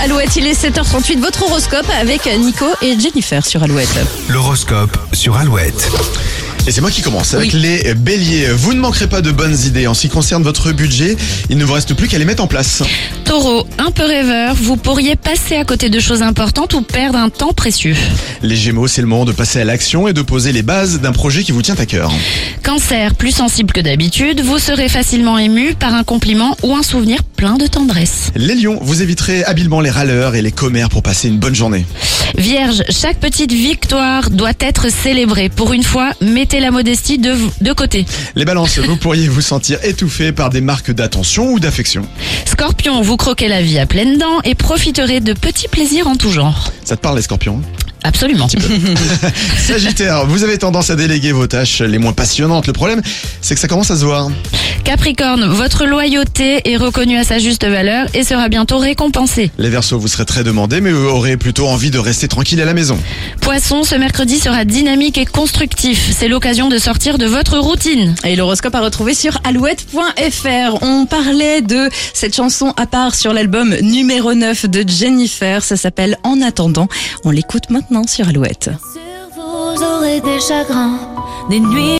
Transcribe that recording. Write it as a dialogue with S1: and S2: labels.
S1: Alouette, il est 7h38, votre horoscope avec Nico et Jennifer sur Alouette.
S2: L'horoscope sur Alouette.
S3: Et c'est moi qui commence avec les béliers. Vous ne manquerez pas de bonnes idées. En ce qui concerne votre budget, il ne vous reste plus qu'à les mettre en place.
S1: Taureau, un peu rêveur, vous pourriez passer à côté de choses importantes ou perdre un temps précieux.
S3: Les gémeaux, c'est le moment de passer à l'action et de poser les bases d'un projet qui vous tient à cœur.
S1: Cancer, plus sensible que d'habitude, vous serez facilement ému par un compliment ou un souvenir plein de tendresse.
S3: Les lions, vous éviterez habilement les râleurs et les commères pour passer une bonne journée.
S1: Vierge, chaque petite victoire doit être célébrée. Pour une fois, mettez la modestie de, de côté.
S3: Les balances, vous pourriez vous sentir étouffé par des marques d'attention ou d'affection.
S1: Scorpion, vous croquez la vie à pleines dents et profiterez de petits plaisirs en tout genre.
S3: Ça te parle les scorpions
S1: Absolument.
S3: Sagittaire, vous avez tendance à déléguer vos tâches les moins passionnantes. Le problème, c'est que ça commence à se voir.
S1: Capricorne, votre loyauté est reconnue à sa juste valeur et sera bientôt récompensée.
S3: Les versos, vous serez très demandés, mais vous aurez plutôt envie de rester tranquille à la maison.
S1: Poisson, ce mercredi sera dynamique et constructif. C'est l'occasion de sortir de votre routine.
S4: Et l'horoscope à retrouver sur alouette.fr. On parlait de cette chanson à part sur l'album numéro 9 de Jennifer. Ça s'appelle En attendant. On l'écoute maintenant sur Alouette.
S5: Sur vous aurez des chagrins, des nuits.